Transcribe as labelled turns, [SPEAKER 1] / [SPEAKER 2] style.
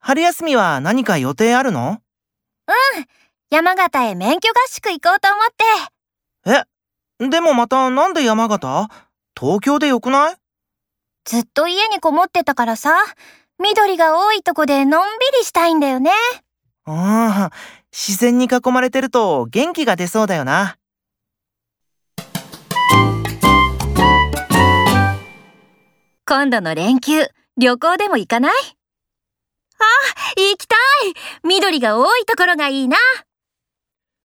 [SPEAKER 1] 春休みは何か予定あるの
[SPEAKER 2] 山形へ免許合宿行こうと思って。
[SPEAKER 1] でもまたなんで山形東京でよくない
[SPEAKER 2] ずっと家にこもってたからさ、緑が多いとこでのんびりしたいんだよね。
[SPEAKER 1] うん、自然に囲まれてると元気が出そうだよな。
[SPEAKER 2] 今度の連休、旅行でも行かないあ、行きたい緑が多いところがいいな